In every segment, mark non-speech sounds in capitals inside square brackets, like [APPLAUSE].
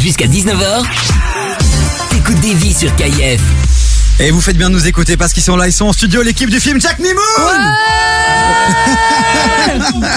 Jusqu'à 19h, t'écoutes des vies sur KIF. Et vous faites bien de nous écouter parce qu'ils sont là, ils sont en studio, l'équipe du film Jack Nimoun [LAUGHS]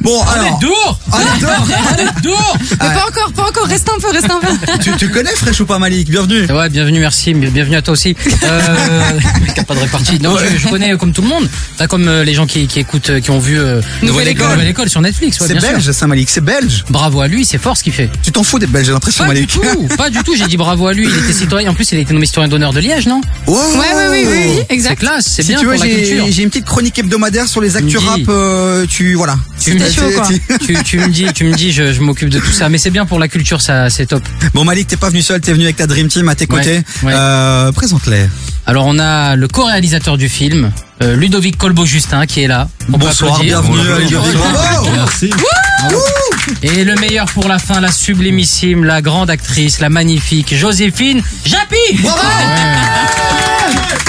Bon, alors, Dour allez, [LAUGHS] dehors. Dour Mais pas encore, pas encore, reste un peu, reste un peu. tu, tu connais Fresh ou pas Malik Bienvenue Ouais, bienvenue, merci, mais bienvenue à toi aussi. Euh, mec, t'as pas de répartie. Non, je, je connais euh, comme tout le monde. Pas comme euh, les gens qui, qui écoutent, euh, qui ont vu euh, Nouvelle École. Nouvelle école sur Netflix. Ouais, C'est bien sûr. belge ça Malik, c'est belge Bravo à lui, c'est fort ce qu'il fait. Tu t'en fous des belges, j'ai l'impression Pas du Malik tout, pas du tout. J'ai dit bravo à lui. Il était citoyen. En plus, il a été nommé citoyen d'honneur de Liège, non Oh, Ouais, Ouais, ouais, oui, oui, oui, C'est exact. classe, c'est Oh. Si bien tu veux, pour la culture. j'ai j'ai une petite chronique hebdomadaire sur les actus Dis. rap, euh, tu, voilà. Tu me C'était chaud, quoi. tu- tu, tu me dis, tu me dis, je, je m'occupe de tout ça. Mais c'est bien pour la culture, ça, c'est top. Bon Malik, t'es pas venu seul, t'es venu avec ta Dream Team à tes côtés. ouais. Euh, Présente-les. Alors on a le co-réalisateur du film, euh, Ludovic Colbeau-Justin, qui est là. On peut Bonsoir, applaudir. bienvenue à Ludovic. Bravo. Merci. Et le meilleur pour la fin, la sublimissime, la grande actrice, la magnifique Joséphine Japy Bravo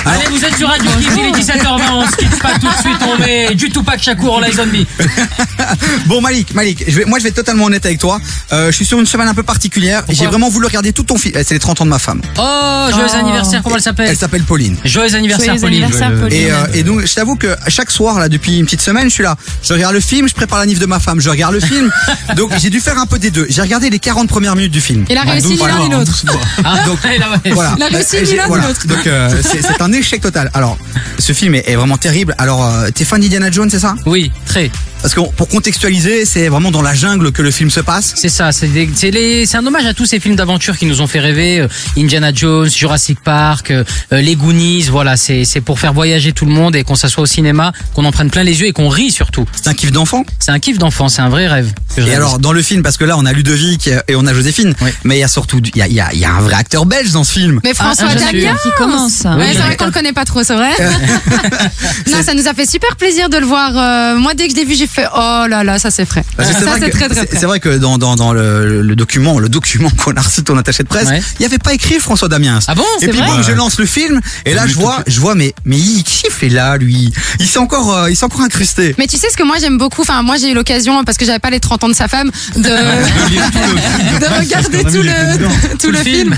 Allez, vous êtes sur Radio Kiff, il est 17h20, on se quitte pas tout de suite, on met du Tupac Shakur, on les zombies. Bon Malik, Malik, je vais, moi je vais être totalement honnête avec toi. Euh, je suis sur une semaine un peu particulière. J'ai vraiment voulu regarder tout ton film. Eh, C'est les 30 ans de ma femme. Oh, joyeux Oh. anniversaire, comment elle Elle s'appelle s'appelle Pauline. Joyeux anniversaire, Joyeux Pauline. anniversaire, Pauline. Et, euh, et donc je t'avoue que chaque soir là depuis une petite semaine, je suis là. Je regarde le film, je prépare la nif de ma femme, je regarde le [LAUGHS] film. donc j'ai dû faire un peu des deux. J'ai regardé les 40 premières minutes du film. Il a réussi ni l'un ni l'autre. [LAUGHS] Ah, [LAUGHS] donc, elle, ouais. Voilà. La Russie, Euh, ni j'ai- l'un ni voilà. l'autre. Donc [LAUGHS] euh, c'est c'est un échec total. Alors ce film est, est vraiment terrible. Alors euh, t'es fan d'Indiana Jones, c'est ça Oui, très. Parce que pour contextualiser, c'est vraiment dans la jungle que le film se passe. C'est ça, c'est des- c'est les- c'est un hommage à tous ces films d'aventure qui nous ont fait rêver. euh, Indiana Jones, Jurassic Park, euh, euh, les Goonies, voilà, c'est c'est pour faire voyager tout le monde et qu'on s'assoie au cinéma, qu'on en prenne plein les yeux et qu'on rit surtout. C'est un kiff d'enfant. C'est un kiff d'enfant, c'est un vrai rêve. que je Et réalise. alors dans le film, parce que là on a Ludovic euh, et on a Joséphine, Oui. mais il y a surtout du- il y a, il y a- il y a un vrai acteur belge dans ce film. Mais François bien Damien sûr. ah, qui commence. Oui, Ouais, c'est bien. vrai qu'on le connaît pas trop, [LAUGHS] c'est vrai. non, ça nous a fait super plaisir de le voir. Euh, moi, dès que je l'ai vu, j'ai fait oh là là, ça c'est frais. Parce que Ah, Ça vrai c'est que- très très c'est- frais. c'est vrai que dans, dans, dans le, le document, le document [LAUGHS] qu'on a reçu de ton attaché de presse, il Ouais. n'y avait pas écrit François Damiens. Ah bon et C'est puis vrai boum, je lance le film et là je vois, je vois mais mais il kiffe et là lui, il s'est encore euh, il s'est encore [LAUGHS] incrusté. Mais tu sais ce que moi j'aime beaucoup, enfin moi j'ai eu l'occasion parce que j'avais pas les 30 ans de sa femme de, [LAUGHS] de regarder tout le [LAUGHS] tout le film.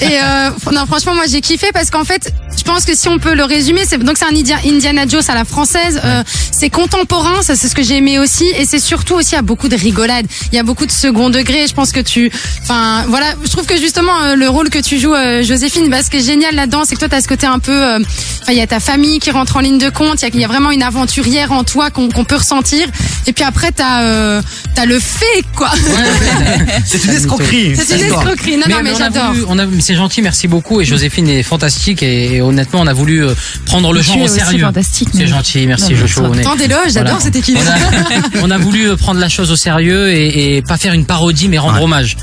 Et euh, fr- non franchement moi j'ai kiffé parce qu'en fait je pense que si on peut le résumer, c'est donc c'est un India- Indiana Jones à la française, euh, c'est contemporain, ça c'est ce que j'ai aimé aussi et c'est surtout aussi il y a beaucoup de rigolade, il y a beaucoup de second degré, je pense que tu enfin voilà, je trouve que justement euh, le rôle que tu joues euh, Joséphine, bah, ce qui est génial là-dedans, c'est que toi tu as ce côté un peu euh, enfin il y a ta famille qui rentre en ligne de compte, il y a- il y, a vraiment une aventurière en toi qu'on qu'on peut ressentir et puis après t'as euh, t'as le fait quoi. bah, [LAUGHS] C'est une escroquerie. [LAUGHS] C'est cette une histoire. escroquerie. Non non mais on a j'adore. voulu- on a- C'est gentil, merci beaucoup. Et Joséphine est fantastique. Et, et honnêtement, on a voulu euh, prendre le Tu genre es au aussi sérieux. fantastique, C'est mais- gentil, Non, merci mais Joshua. ça- on est- Tant d'éloges, j'adore Voilà. cette équipe. Ah, On a, [LAUGHS] on a voulu euh, prendre la chose au sérieux et, et pas faire une parodie mais rendre Ouais. hommage.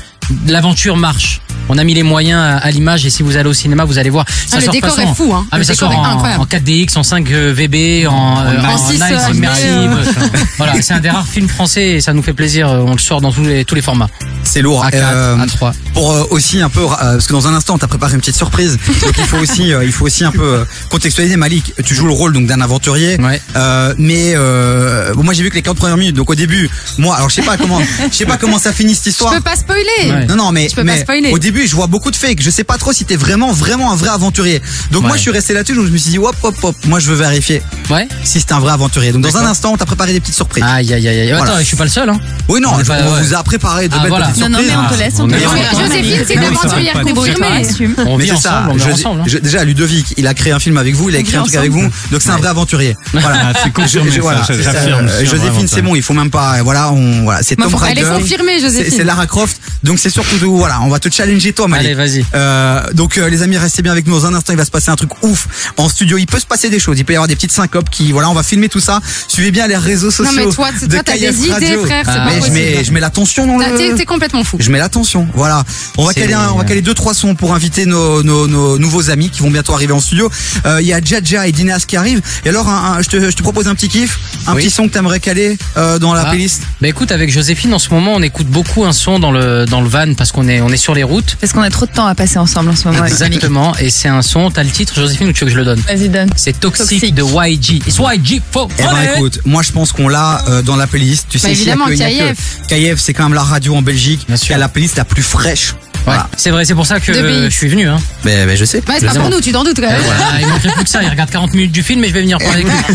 L'aventure marche. On a mis les moyens à, à l'image et si vous allez au cinéma, vous allez voir. Ça Ah, le sort de décor façon est en- fou, hein. Ah, mais Le ça décor sort est en, incroyable. en 4DX, en 5VB, en, euh, En en six, Nice, euh, immersive. [LAUGHS] Voilà, c'est un des rares films français et ça nous fait plaisir. euh, On le sort dans tous les, tous les formats. C'est lourd. À 4, Euh, à 3. pour euh, aussi un peu euh, parce que dans un instant t'as préparé une petite surprise donc il faut aussi euh, il faut aussi un peu euh, contextualiser Malik tu joues le rôle donc d'un aventurier Ouais. Euh, mais euh, bon, moi j'ai vu que les 40 premières minutes donc au début moi alors je sais pas comment je sais pas comment ça finit cette Je histoire peux pas spoiler. Ouais. non non mais, Je peux pas mais spoiler. au début je vois beaucoup de fakes je sais pas trop si t'es vraiment vraiment un vrai aventurier donc moi Ouais. je suis resté là-dessus donc je me suis dit hop hop hop moi je veux vérifier Ouais. si c'est un vrai aventurier donc dans D'accord. un instant on t'a préparé des petites surprises Aïe, aïe, aïe, aïe. Attends, Voilà. je suis pas le seul, hein. oui non On est je- pas- on ouais. vous a préparé de Ah, belles voilà. petites Non, non, surprises mais on te laisse, on te Mais laisse. on- on- Joséphine, c'est une Non, mais ça va aventurière pas être Débrouille-toi, confirmée. assume. On Mais vit c'est ça, ensemble, on je- est ensemble. hein. je- déjà Ludovic, il a créé un film avec vous, il a écrit un truc avec vous, donc c'est un [LAUGHS] vrai aventurier. Voilà. Ah, c'est confirmé, Je- je- voilà, ça, c'est ça. j'affirme. Euh, Joséphine, c'est bon, il faut même pas. Voilà, on, voilà, c'est Moi, Tom faut- Elle Rider. est confirmée, C'est c'est Joséphine. Lara Croft, donc c'est surtout de- voilà, on va te challenger toi, Malik. Allez, vas-y. Euh, donc euh, les amis, restez bien avec nous. Dans un instant, il va se passer un truc ouf en studio. Il peut se passer des choses. Il peut y avoir des petites syncopes qui, voilà, on va filmer tout ça. Suivez bien les réseaux Non, sociaux. mais toi, de toi, t'as KIF des idées, Radio. frère, c'est Ah, pas Mais je mets, possible. je mets la tension dans T'as- le. t'es- T'es complètement fou. Je mets l'attention, voilà. On va C'est- caler, un- on va caler deux trois sons pour inviter nos, nos, nos nouveaux amis qui vont bientôt arriver en studio. Euh, Il y a Jaja et Dinas qui arrivent. Et alors, un- un- je, te, je te propose un petit kiff, un Oui. petit son que t'aimerais caler euh, dans la Ah. playlist. Bah écoute, avec Joséphine, en ce moment, on écoute beaucoup un son dans le, dans le van parce qu'on est, on est sur les routes. Parce qu'on a trop de temps à passer ensemble en ce moment. avec- Exactement. Et c'est un son, t'as le titre, Joséphine, ou tu veux que je le donne Vas-y, donne. C'est Toxic, Toxic. de YG. It's YG for Eh ben money. écoute, moi je pense qu'on l'a euh, dans la playlist. Tu sais, Bah, évidemment, il y a que- il y a que- KIF, c'est quand même la radio en Belgique Bien qui sûr. a la playlist la plus fraîche Voilà. C'est vrai, c'est pour ça que De euh, BX. je suis venu. Hein. Mais, mais Ben, je sais. Ouais, c'est pas Évidemment. pour nous, tu t'en doutes quand même. Voilà, il manquerait plus que ça. Il regarde 40 minutes du film et je vais venir parler avec lui.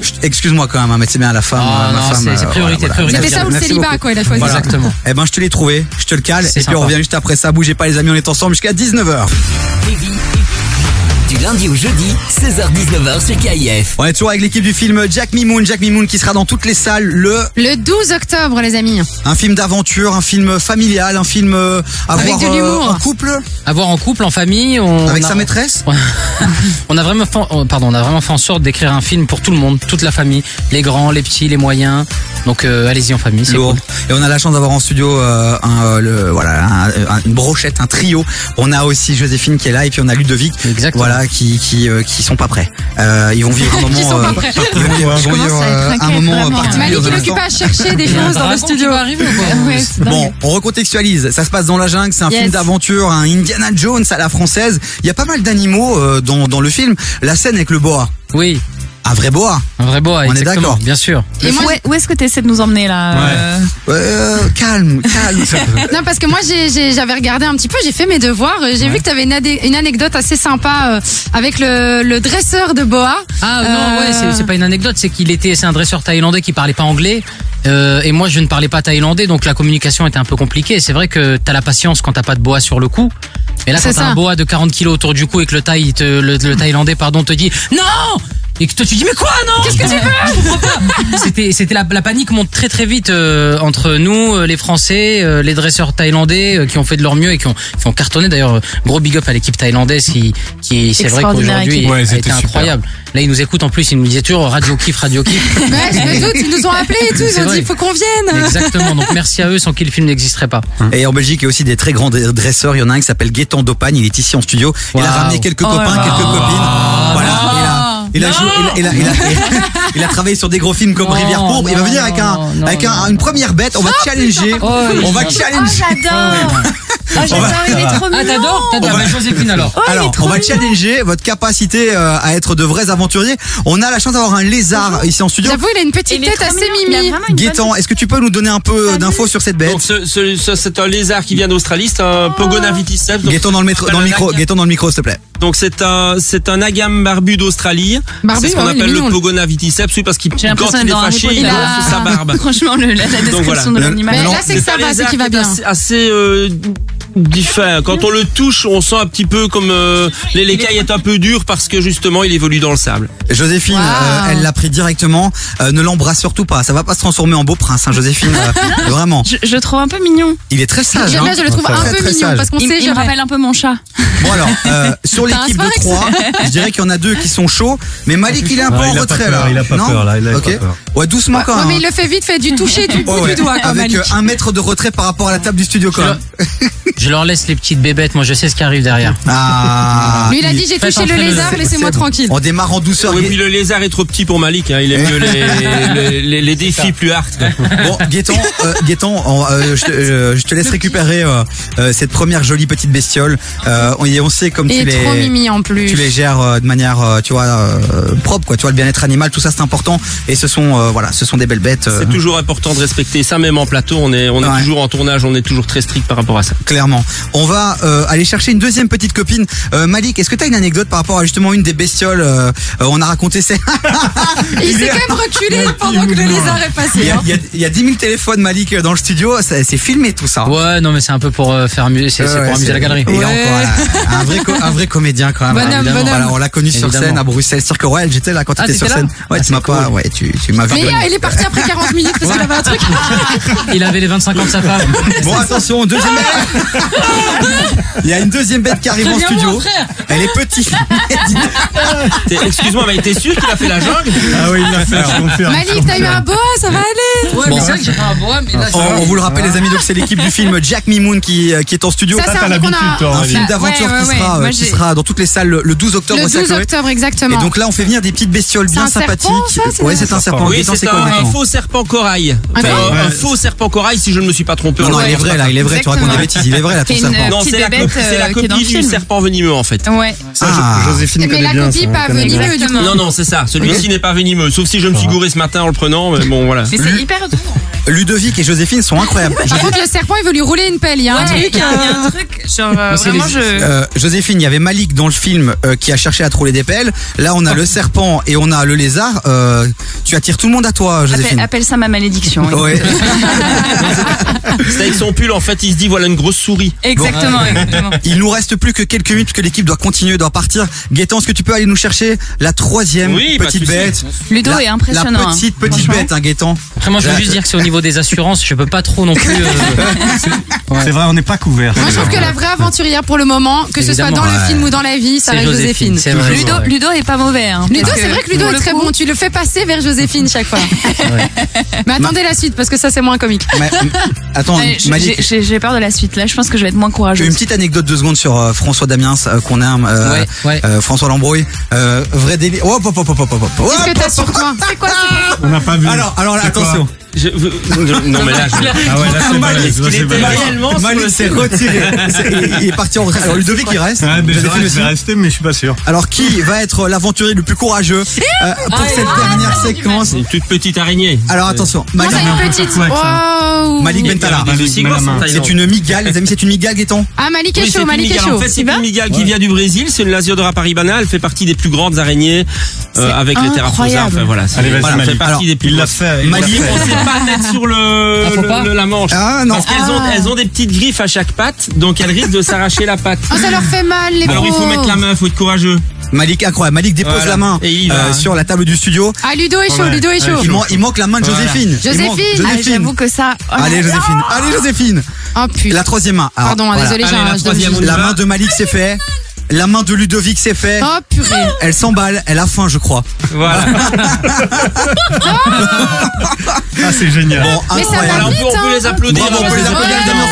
Chut, Excuse-moi quand même, hein, mais c'est bien la femme. Ah, euh, ma non, femme, c'est- euh, c'est priorité, voilà, priorité. voilà. C'était ça ou le Merci célibat, beaucoup. quoi, il a choisi. Voilà. Exactement. Eh ben, je te l'ai trouvé, je te le cale, et C'est puis on sympa. revient juste après ça. Bougez pas, les amis, on est ensemble jusqu'à 19h. Du lundi au jeudi, 16h-19h sur KIF. On est toujours avec l'équipe du film Jack Mimoun. Jack Mimoun qui sera dans toutes les salles. Le, Le 12 octobre, les amis. un film d'aventure, un film familial, un film euh, à Avec voir de euh, l'humour. en couple, Avoir en couple, en famille, on avec on a, sa maîtresse. on a vraiment, fait, oh, pardon, on a vraiment fait en sorte d'écrire un film pour tout le monde, toute la famille, les grands, les petits, les moyens. Donc euh, allez-y en famille, c'est Lourd. cool. Et on a la chance d'avoir en studio euh, un, euh, le, voilà, un- un- une brochette, un trio. On a aussi Joséphine qui est là et puis on a Ludovic. Exactement. Voilà, qui qui euh, qui sont pas prêts. Euh, ils vont vivre un moment. [LAUGHS] Qui sont pas euh, prêts. ils vont vivre, ils vont commence vivre, à être euh, un inquiète, moment vraiment. particulier. Malik, dans il un occupe instant. à chercher [LAUGHS] des Il y a un choses dans le dragon qui studio. va arriver ou quoi Ouais, c'est dingue. Bon, on recontextualise. Ça se passe dans la jungle, c'est un Yes. film d'aventure, un Indiana Jones à la française. Il y a pas mal d'animaux euh, dans, dans le film. La scène avec le boa, Oui, un vrai boa. un vrai bois, On est exactement, d'accord. bien sûr. Et moi, où est- où est-ce que tu essaies de nous emmener là euh, Euh, calme, calme. [LAUGHS] Non, parce que moi, j'ai- j'ai- j'avais regardé un petit peu, j'ai fait mes devoirs. euh, J'ai vu que tu avais une, adé- une anecdote assez sympa euh, avec le, le dresseur de Boa. Ah non, Euh, ouais, c'est- c'est pas une anecdote, c'est qu'il était, c'est un dresseur thaïlandais qui parlait pas anglais. euh, et moi, je ne parlais pas thaïlandais, donc la communication était un peu compliquée. C'est vrai que t'as la patience quand t'as pas de boa sur le cou. Mais là, quand C'est t'as un ça. boa de 40 kilos autour du cou et que le, thaï te- le, le thaïlandais pardon, te dit non et que toi tu dis mais quoi non Qu'est-ce que tu veux Je comprends pas. C'était c'était la, la panique monte très très vite euh, entre nous euh, les Français, euh, les dresseurs thaïlandais euh, qui ont fait de leur mieux et qui ont, qui ont cartonné d'ailleurs euh, gros big up à l'équipe thaïlandaise qui qui c'est vrai Extraordinaire qu'aujourd'hui équipe. a Ouais, été c'était super. incroyable. Là, ils nous écoutent en plus, ils nous disaient toujours radio kiff, radio kiff. [LAUGHS] Ouais, je me doute, ils nous ont appelés et tout, C'est ils ont vrai. dit il faut qu'on vienne. Exactement. Donc merci à eux, sans qui le film n'existerait pas. Et en Belgique, il y a aussi des très grands dresseurs. Il y en a un qui s'appelle Gaëtan Dopagne. Il est ici en studio. Il a Waouh. ramené quelques Oh là copains, là. quelques copines. Voilà. Il a, il a, joué- il a- il a- il a- [LAUGHS] il a travaillé sur des gros films comme Non, Rivière Courbe. Il va non, venir avec un, non, non, avec un- non. une première bête. On va challenger. Oh, oui. On va Oh, challenger. j'adore Oh, j'adore, il est trop Ah mignon t'adores T'adores la Joséphine alors il est Alors, trop on va mignon. challenger votre capacité euh, à être de vrais aventuriers. On a la chance d'avoir un lézard ici en studio. J'avoue, il a une petite Il est tête trop assez mignon, il a mimi. vraiment une bonne- Gaëtan, est-ce que tu peux nous donner un peu d'infos sur cette bête Donc ce, ce- ce- c'est un lézard qui vient d'Australie, c'est Ah. un Pogonavitis ceps. Donc, Gaëtan dans le, métro, dans le micro, Gaëtan dans le micro, s'il te plaît. donc c'est un c'est un agame barbu d'Australie. Barbu, c'est ce qu'on ouais, il est appelle mignon, le lui. Pogonavitis ceps, oui, parce qu'il J'ai quand l'impression il est d'être dans Harry fâché, Potter. il Il a- lance sa barbe. Ah, [LAUGHS] Franchement, le- la, la description voilà. de Le- l'animal. Mais non, là, [LAUGHS] c'est que un ça va, c'est lézard qu'il va qui est bien. Assez, assez, euh, différent. Quand on le touche, on sent un petit peu comme euh, l'écaille est un peu dure parce que justement il évolue dans le sable. Joséphine, Wow. euh, elle l'a pris directement. Euh, ne l'embrasse surtout pas. Ça va pas se transformer en beau prince, hein, Joséphine. [LAUGHS] euh, vraiment. Je, je le trouve un peu mignon. Il est très sage. J'aime hein. bien, je le trouve un Très, peu très mignon sage. parce qu'on Il, sait, il je me rappelle un peu mon chat. Bon alors, [LAUGHS] euh, sur T'as un l'équipe de sphinx. trois, je dirais qu'il y en a deux qui sont chauds, mais Malik il est un peu Non, en Ah, il a pas retrait peur, là. il a pas Non peur, là, il a pas Ok. peur. Ouais, doucement quand Non, même. mais il le fait vite, fait du toucher du bout Ouais, ouais. du doigt quand Avec Malik. euh, un mètre de retrait par rapport à la table du studio quand Je- même. Je leur laisse les petites bébêtes, moi je sais ce qui arrive derrière. Ah. Lui, il a dit j'ai Faites touché le entrer le- lézard, C'est- laissez-moi c'est- tranquille. On démarre en douceur. Oui, puis le lézard est trop petit pour Malik, hein, il aime [LAUGHS] mieux les, les, les- les défis plus hard. quoi. Bon, Gaëtan, euh, Gaëtan, on, euh, je, te, euh, je te laisse récupérer euh, euh, cette première jolie petite bestiole. Euh, on, et on sait comme tu Il est trop les, mimi en plus. tu les gères euh, de manière, euh, tu vois, euh, propre, quoi. Tu vois, le bien-être animal, tout ça, c'est important. Et ce sont, euh, voilà, ce sont des belles bêtes. euh, C'est toujours important de respecter ça, même en plateau, on est, on est Ouais. toujours en tournage, on est toujours très strict par rapport à ça. Clairement. On va euh, aller chercher une deuxième petite copine. Euh, Malik, est-ce que t'as une anecdote par rapport à justement une des bestioles euh, euh, On a raconté ça. Il s'est quand même reculé pendant que le lézard est il, y passé. a, hein. il, y a, il y a 10 000 téléphones Malik euh, dans le studio. Ça- C'est filmé tout ça. Ouais, non mais c'est un peu pour euh, faire amuser, c'est Ouais, c'est ouais, pour amuser la galerie. Et Ouais. encore, voilà, un, vrai co- un vrai comédien quand même. Bonhomme, évidemment. bonhomme. Voilà, on l'a connu sur Évidemment. scène à Bruxelles, Cirque Royal. J'étais là quand Ah, t'étais sur t'étais là scène. Ouais, Ah, tu m'as c'est pas. cool. Ouais, tu, tu m'as vu. Mais euh, il est parti après 40 minutes parce qu'il avait un truc. Il avait les 25 ans de sa femme. Bon, attention, deuxième [LAUGHS] bête. Il y a une deuxième bête qui arrive en Préviens-moi, studio. frère. Elle est petite. T'es- Excuse-moi, mais t'es sûr qu'il a fait la jungle Ah oui, il l'a fait, je confirme. Malik, t'as eu un boa, ça va aller. Ouais, mais c'est vrai que j'ai pas un bois, mais là, On, on vous le rappelle, les amis, donc c'est l'équipe du film Jack Mimoun qui, euh, qui est en studio. Ça, c'est t'as un truc qu'on l'habitude, a. toi. un film ouais, d'aventure ouais, qui, ouais. sera, euh, Moi, qui j'ai- sera dans toutes les salles le 12 octobre. Le au Cercle 12 Vallée. octobre, Et exactement. donc là, on fait venir des petites bestioles bien C'est un sympathiques. serpent, ça, c'est ouais, un c'est un serpent. serpent. Oui, Gaëtan, c'est quoi, un, Gaëtan faux serpent corail. Un Enfin, quoi un faux serpent corail, si je ne me suis pas trompé. Non, non, il est vrai, là, il est vrai, tu racontes des Exactement. bêtises, il est vrai, là, ton Une- serpent. Non, Petite c'est la, bébête, copie- c'est la euh, qui est copie dans le du film. serpent venimeux, en fait. Ouais. Ça, je- Ah. Joséphine Mais connaît la bien, copie ça, pas elle connaît bien. venimeuse du coup. Non, non, c'est ça. Celui-ci n'est pas venimeux. Sauf si je me suis gouré ce matin en le prenant, mais bon, voilà. Mais c'est hyper étonnant. Ludovic et Joséphine sont incroyables. Par contre, le serpent, il veut lui rouler une pelle. Il y a un Ouais, truc. Ah, il y a il y euh, a un truc, genre, euh, c'est vraiment, les- je. Euh, Joséphine, il y avait Malik dans le film euh, qui a cherché à trouver des pelles. Là, on a le serpent et on a le lézard. Euh, tu attires tout le monde à toi, Appelle, Joséphine. appelle ça ma malédiction. oui. Ouais. C'est avec son pull, en fait, il se dit voilà une grosse souris. Exactement, exactement. Il nous reste plus que quelques minutes parce que l'équipe doit continuer, doit partir. Gaëtan, est-ce que tu peux aller nous chercher la troisième Oui, pas de petite souci. bête Ludo la, est impressionnant. La hein. petite, petite Franchement. bête, hein, Gaëtan. Après, moi, je veux Là, juste dire que c'est au niveau des assurances, je peux pas trop non plus. euh, [LAUGHS] C'est vrai, on n'est pas couvert. Moi, je trouve que la vraie aventurière pour le moment, que ce soit Évidemment, dans le ouais. film ou dans la vie, ça C'est reste Joséphine, Joséphine. c'est vrai. Ludo, Ouais. Ludo est pas mauvais. hein, Ludo, parce c'est que vrai que Ludo pour est le très coup, bon. Tu le fais passer vers Joséphine chaque fois. Mais attendez la suite parce que ça, c'est moins comique. [LAUGHS] Ma- Attends, Allez, je- Malik, j'ai- j'ai j'ai peur de la suite. Là, je pense que je vais être moins Une courageuse. petite anecdote de secondes sur euh, François Damiens euh, qu'on aime, euh, Ouais, ouais. euh, François Lambrouille, euh, vrai délire. Oh, hop, hop, hop, hop, hop, hop, hop. Qu'est-ce que t'as sur toi C'est quoi ce- On n'a pas vu. Alors, alors là, C'est quoi attention. Je- vous- [LAUGHS] non mais là, je- Ah ouais, là, c'est balèze, là, c'est balèze. réellement sur Malik le s'est retiré. C'est- il- Il est parti en retraite. Alors Ludovic il reste. Ah, Ouais, mais je Joséphine Ah, reste- je aussi. vais rester, mais je suis pas sûr. Alors qui va être l'aventurier le plus courageux euh, Ah, pour cette dernière séquence une toute petite araignée. Alors attention, Comment ça, Malik, une petite Ouais, Wow. Malik Bentala. Il y a des aussi Malik grosses en Benalla. C'est Thaïlande. une migale, les amis, c'est une migale Gaëtan. Ah, Malik est Oui, c'est chaud, une Malik est migale. chaud. En fait, c'est une migale qui vient du Brésil. C'est une Lasiodorapparibana. Elle fait partie des plus grandes araignées euh, avec les incroyable. terraphosa. Enfin voilà, c'est- Allez, vas-y, voilà, elle fait Malik. partie Alors, des plus Il l'a grosses. fait. il l'a Mali, fait. on sait pas mettre sur le, Ah, faut le- pas le- la manche. Ah non. Parce qu'elles ont, elles ont des petites griffes à chaque patte, donc elles risquent de s'arracher la patte. Oh, ça leur fait mal, les Alors il faut pros. mettre la main, faut être courageux. Malik incroyable, Malik dépose Voilà. la main Et il va, euh, hein. sur la table du studio. Ah, Ludo est chaud, Ouais. Ludo est chaud. Il, man- il manque la main de Voilà. Joséphine. Il Joséphine. manque- Ah, Ah, J'avoue que ça. oh là Allez là. Joséphine, allez Joséphine. Oh La putain. troisième main. Alors, Pardon, hein, voilà. désolé, j'ai Allez, la un. je donne- troisième. La main de Malik c'est fait. La main de Ludovic c'est fait. Oh purée. Elle s'emballe, elle a faim je crois. Voilà. Ah, c'est génial. Bon, Mais ça incroyable. Alors, on, peut, on peut les applaudir. Bravo, Ah, on peut les applaudir Ouais. évidemment.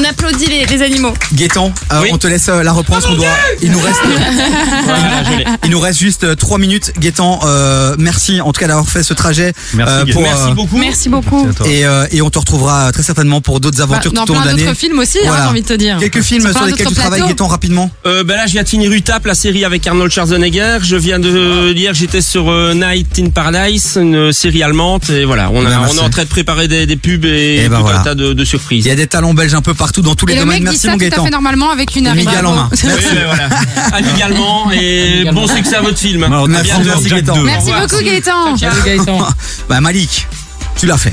On applaudit les, les animaux. Gaëtan, euh, Oui. on te laisse euh, la reprendre. on doit... Il nous reste, Voilà, [LAUGHS] je l'ai. il nous reste juste euh, trois minutes. Gaëtan, euh, merci en tout cas d'avoir fait ce trajet. Merci, Gaëtan. pour, Merci euh, beaucoup. Merci beaucoup. Tiens, toi. et, euh, et on te retrouvera euh, très certainement pour d'autres Bah, aventures Dans tout au long de plein d'autres l'année. films aussi, hein, Voilà. j'ai envie de te dire. Quelques films plein sur lesquels d'autres tu travailles, plateaux. Gaëtan, rapidement. Euh, ben là, je viens de finir UTAP, la série avec Arnold Schwarzenegger. Je viens de hier, j'étais sur euh, Night in Paradise, une euh, série allemande. Et voilà, on, a- Ben, on merci. est en train de préparer des, des pubs et, Eh ben, tout voilà. un tas de, de Il y surprises. a des talents belges un peu partout dans tous les Et le domaines. mec dit Merci ça mon tout à Gaëtan. fait normalement avec une Une araignée. migale en [LAUGHS] main. Oui, ben, voilà. Amigalement et Amigalement. bon succès à votre film. Alors, on À a bientôt. Jack Merci, Gaëtan. deux. Merci Au revoir. beaucoup Gaëtan. Salut, Gaëtan. Bah Malik, tu l'as fait.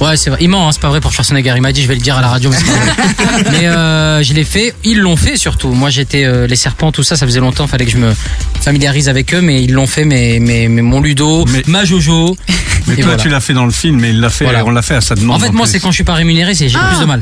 Ouais, c'est vrai. Il ment, hein, c'est pas vrai pour Schwarzenegger. Il m'a dit, je vais le dire à la radio. Mais, c'est pas [LAUGHS] vrai. Mais, euh, je l'ai fait. Ils l'ont fait surtout. Moi, j'étais euh, les serpents, tout ça. Ça faisait longtemps. Fallait que je me familiarise avec eux, mais ils l'ont fait. Mais, mais, mais mon Ludo, Mais- ma Jojo. Mais Et toi, voilà. tu l'as fait dans le film, mais il l'a fait, Voilà. on l'a fait à sa demande. En fait, moi, c'est quand je suis pas rémunéré, c'est j'ai Ah. plus de mal.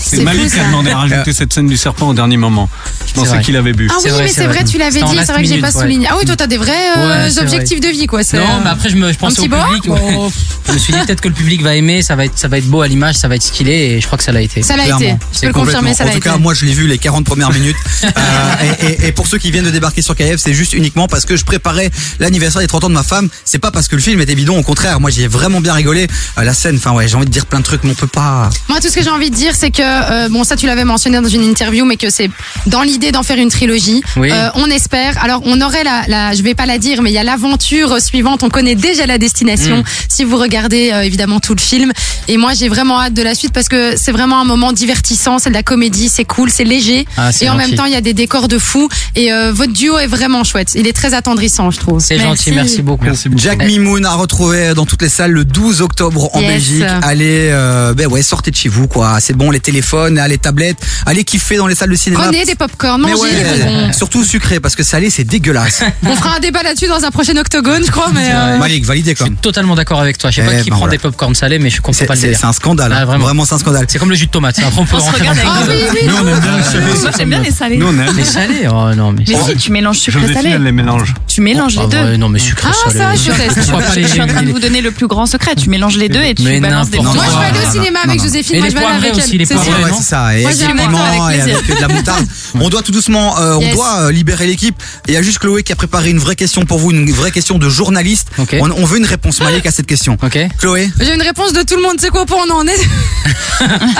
C'est plus Malik qui a ça. demandé à rajouter cette scène du serpent au dernier moment. Je vrai. pensais qu'il avait bu. Ah oui, C'est vrai, mais c'est c'est vrai, vrai. tu l'avais C'était en dit, last c'est vrai que j'ai pas minute, ouais. souligné. Ah oui, toi t'as des vrais euh, Ouais, c'est objectifs de vie quoi. c'est, Non, euh, mais après, je me je pensais petit au bord Oh. public. ouais. je me suis dit peut-être que le public va aimer. Ça va être, ça va être beau à l'image. Ça va être stylé. Et je crois que ça l'a été. Ça l'a Clairement, été. Je c'est peux le confirmer, complètement. ça l'a En tout été. cas, moi, je l'ai vu les 40 premières [LAUGHS] minutes. Euh, et, et- et pour ceux qui viennent de débarquer sur KF, c'est juste uniquement parce que je préparais l'anniversaire des 30 ans de ma femme. C'est pas parce que le film était bidon, au contraire. Moi, j'y ai vraiment bien rigolé. Euh, la scène, enfin, ouais, j'ai envie de dire plein de trucs, mais on peut pas. Moi, tout ce que j'ai envie de dire, c'est que, euh, bon, ça, tu l'avais mentionné dans une interview, mais que c'est dans l'idée d'en faire une trilogie. Oui. Euh, on espère. Alors, on aurait la, la, je vais pas la dire, mais il y a l'aventure suivante. On connaît déjà la Mm. destination. Si vous regardez, euh, évidemment, tout le film. Et moi, j'ai vraiment hâte de la suite parce que c'est vraiment un moment divertissant. C'est de la comédie, c'est cool, c'est léger. Ah, c'est et en gentil. même temps, il y a des décors de fou. Et euh, votre duo est vraiment chouette. Il est très attendrissant, je trouve. C'est gentil. Merci beaucoup. Merci beaucoup. Jack Mimoun a retrouvé dans toutes les salles le 12 octobre en Yes. Belgique. Allez, euh, ben ouais, sortez de chez vous, quoi. C'est bon, les téléphones, les tablettes. Allez kiffer dans les salles de cinéma. Prenez des popcorn, mangez mais ouais, des [LAUGHS] bonbons. surtout sucré parce que salé c'est dégueulasse. On fera un débat là-dessus dans un prochain octogone, [LAUGHS] je crois, mais. euh, Malik, validez Je quand suis même. totalement d'accord avec toi. Je sais Eh pas qui ben, prend voilà. des popcorn salés, mais je comprends C'est pas le c'est- délire. c'est un scandale. hein. Ah, vraiment. Vraiment, c'est un scandale. C'est comme le jus de tomate. Après, on peut On se rentrer regarde dans le Ah avec oui, deux. oui, Nous, on aime bien les salés. Moi, Ah, j'aime bien les salés. Nous, on aime. Les salés Oh non, mais. Mais si, tu mélanges sucré Joséphine, salé. elle les mélange. Tu mélanges les Ah deux. ouais, non, mais sucré Ah, salé. ça, je teste. Pourquoi pas les- Je suis en train de les- vous donner le plus grand secret. Tu mélanges les deux et tu Mais balances des n'importe Moi, quoi. je vais aller Non, au cinéma non, avec non. Joséphine. Et Moi, les je vais aller poivrés avec aussi, les elle. C'est poivrés. sûr. Ouais, non c'est ça. Et Moi, avec j'ai du un piment menton avec et plaisir. avec de la moutarde. On doit tout doucement, euh, on Yes. doit euh, libérer l'équipe. Et il y a juste Chloé qui a préparé une vraie question pour vous, une vraie question de journaliste. Ok. On, on veut une réponse Malik à cette question. Ok. Chloé, J'ai une réponse de tout le monde. C'est quoi pour on en est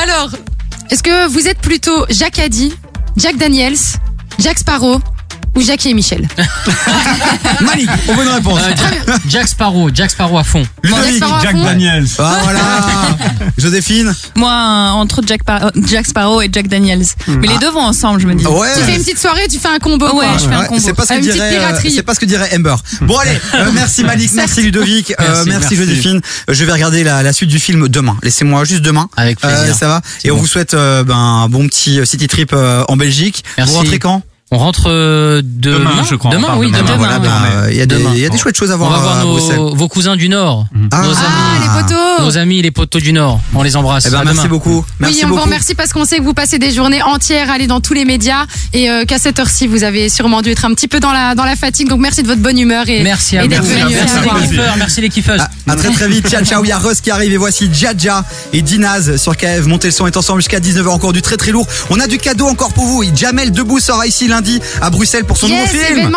Alors, est-ce que vous êtes plutôt Jacques Haddy, Jack Daniels, Jack Sparrow ou Jackie et Michel. Malik, aux bonnes réponses. Euh, Jack Sparrow, Jack Sparrow à fond. Ludovic, Gaspard Jack Raffon. Daniels. Ah voilà. Joséphine. Moi, un- entre Jack, Par- euh, Jack Sparrow et Jack Daniels. Hmm. Mais Ah. les deux vont ensemble, je me dis. Tu fais une petite soirée, tu fais un combo. Ouais, quoi. je fais un Ouais, combo. c'est pas ce que Une petite dirait, euh, piraterie. c'est pas ce que dirait Amber. Bon allez, euh, merci Malik, merci Ludovic, euh, merci, Merci, merci. Joséphine. Je vais regarder la, la suite du film demain. Laissez-moi juste demain. Avec plaisir. Euh, ça va. Et on bon. vous souhaite euh, ben, un bon petit euh, city trip euh, en Belgique. Merci. Vous rentrez quand On rentre euh, demain, Demain, je crois, on Demain, part oui, demain. demain. Ben, voilà, ben, euh, il y a des, Demain. il y a des chouettes choses à On voir euh, va voir à Bruxelles. nos, vos cousins du Nord. Mm. Nos amis. Ah, les poteaux. Nos amis, les poteaux du Nord. On les embrasse. Eh ben, À merci demain. beaucoup. Merci oui, on beaucoup. vous remercie parce qu'on sait que vous passez des journées entières, allez dans tous les médias et euh, qu'à cette heure-ci, vous avez sûrement dû être un petit peu dans la, dans la fatigue. Donc merci de votre bonne humeur et, Merci à et vous. d'être venu. Merci Merci à vous. les kiffeurs. Merci les kiffeuses. À, Ah, à très très vite. Ciao ciao. Il y a Russ qui arrive et voici Jaja et Dinaz sur KF. Montez le son est ensemble jusqu'à 19h. Encore du très très lourd. On a du cadeau encore pour vous. Et Jamel Debout sera ici lundi à Bruxelles pour son nouveau Yes, film. événement